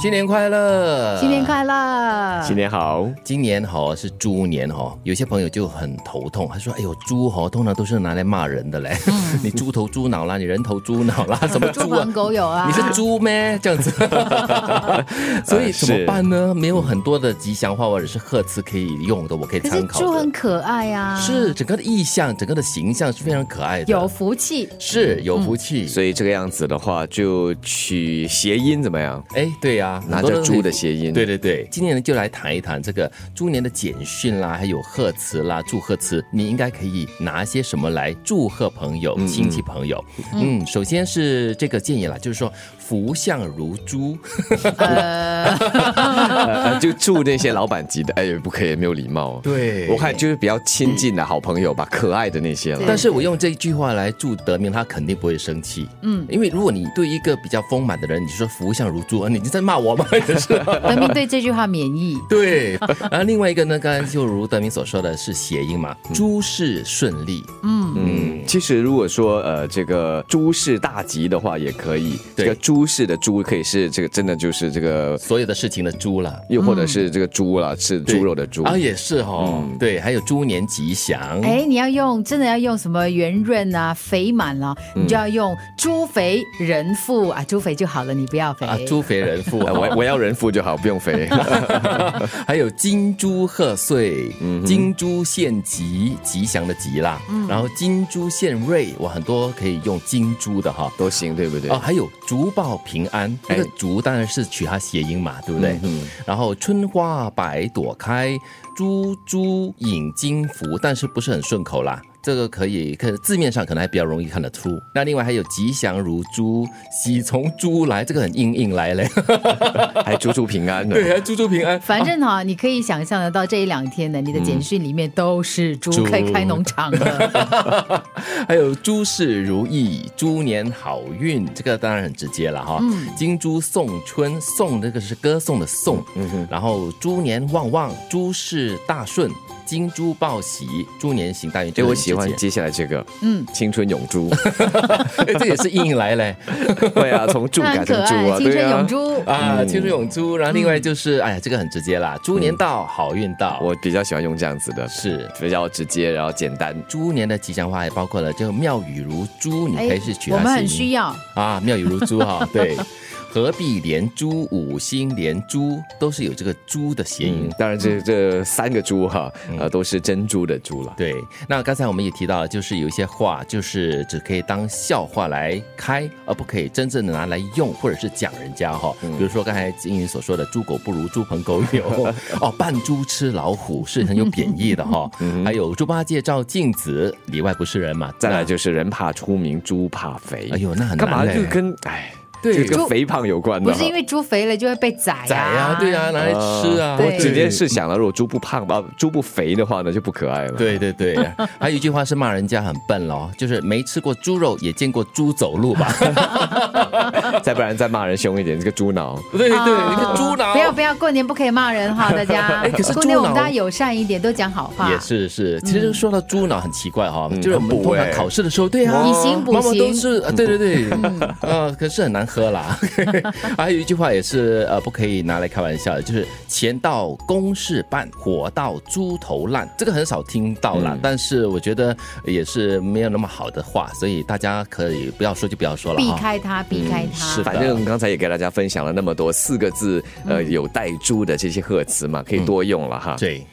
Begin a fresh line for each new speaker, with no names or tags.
新年快乐！
新年快乐！
新年好，
今年哈是猪年哈，有些朋友就很头痛，他说：“哎呦，猪哈通常都是拿来骂人的嘞， 你猪头猪脑啦，你人头猪脑 啦，什么
嗯猪
猪啊
朋？狗友啊，
你是猪咩？这样子， 所以怎么办
啊
呢？没有很多的吉祥话或者是贺词可以用的，我可以
可是
参考
猪
的。
很可爱呀、啊，
是整个的意象，整个的形象是非常可爱的，
有福气。
是有福气。
嗯所以这个样子的话，就取谐音怎么样？
哎，对呀、
拿
很多
着
人
猪
会
的谐音，
对， 对对，今年呢就来谈一谈这个猪年的简讯啦，还有贺词啦、祝贺词，你应该可以拿些什么来祝贺朋友、亲戚朋友？嗯，首先是这个建议啦，就是说福相如猪，
呃，
呃、就祝那些老板级的，哎，不可以，没有礼貌。
对
我看就是比较亲近的好朋友吧，可爱的那些了。
但是我用这一句话来祝德明，他肯定不会生气。嗯，因为如果你对一个比较丰满的人，你说福相如猪，啊 你在骂我吗？也是。
德明对这句话免疫。
对，然后啊另外一个呢，刚才就如德明所说的是谐音嘛，诸事顺利。
嗯，其实如果说呃这个诸事大吉的话，也可以。
对
这个诸事的诸可以是这个真的就是这个，
所有的事情的猪啦，
又或者是这个猪啦，是
对
猪肉的猪。嗯
啊，也是哦，对，还有猪年吉祥，
哎，你要用真的要用什么圆润啊、肥满了、
嗯
你就要用猪肥人富啊，猪肥就好了，你不要肥。
啊，猪肥人富，
呃我我要人夫就好，不用肥。
还有金猪贺岁，
嗯
金猪献吉，吉祥的吉啦，然后金猪献瑞，我很多可以用金猪的哈。
都行，对不对？
哦，还有竹报平安，那个竹当然是取它谐音嘛，对不对？然后春花百朵开，珠珠引金福，但是不是很顺口啦。这个可以，可字面上可能还比较容易看得出。那另外还有吉祥如猪，喜从猪来，这个很硬硬来嘞。
还猪猪平安呢。
对啊，猪猪平 安。
反正哈、你可以想象得到这一两天呢，你的简讯里面都是猪，
猪
可以开农 场了。
还有诸事如意，猪年好运，这个当然很直接了哈。
嗯
金猪送春，送这个是歌颂的颂，
嗯
然后猪年旺旺，诸事大顺，金猪报喜，猪年行大运。
哎，
个
我
很
喜欢
直接
接下来这个，
嗯
嗯，青春永驻。
哎 这也是硬来嘞
对啊，从驻
它
改
很
成
可
驻
爱，
啊，
青
对
春
啊
永。驻。
啊，青春永驻。然后另外就是，哎呀，这个很直接
嗯
啦，猪年到，好运到。
我比较喜欢用这样子的，
是
比较直接，然后简单。
猪年的吉祥话，还包括了这个妙语如珠，你可以是取它
哎我们很
谐音
需要。
啊，妙语如珠哈、对，何必连珠，五星连珠，都是有这个珠的谐音。
嗯，当然这这三个猪哈，呃，都是珍珠的珠了。
嗯对，那刚才我们也提到了，就是有一些话，就是只可以当笑话来开，而不可以真正的拿来用或者是讲人家哈、
嗯
比如说刚才金云所说的“猪狗不如猪朋狗友”， 哦，扮猪吃老虎是很有贬义的哈、还有“猪八戒照镜子，里外不是人”嘛。
嗯再来
那，
就是人怕出名，猪怕肥。
哎呦，那很难
干嘛
嘞
就跟哎，
对
就跟
猪
肥胖有关的
不
哈。
是因为猪肥了就会被宰啊
宰呀、对呀、拿来吃啊。
对
哎我直接是想了，如果猪不胖吧，猪不肥的话呢，就不可爱了。，
对对对，还有一句话是骂人家很笨咯，就是没吃过猪肉也见过猪走路 吧？
再不然再骂人凶一点，这个猪脑。
对对，
啊
一个猪脑哎
不。要不要，过年不可以骂人哈，大家。
可是
过年
猪
我们
脑
大家友善一点，都讲好话。
也是是，其实说到猪脑很奇怪
嗯
哈、就是我们
很补
通常
欸
考试的时候，对啊，
以形补
妈妈都
形
是，啊对对对，
嗯
呃，可是很难喝啦。 还有一句话也是呃，不可以拿来开玩笑的，就是钱到公事办，火到猪头烂，这个很少听到啦。
嗯
但是我觉得也是没有那么好的话，所以大家可以不要说就不要说了
避
哈。
开它，避开它
嗯是。的
反正刚才也给大
嗯
家分享了那么多四个字，呃，有带“猪”的这些贺词嘛，可以多用了哈。
对。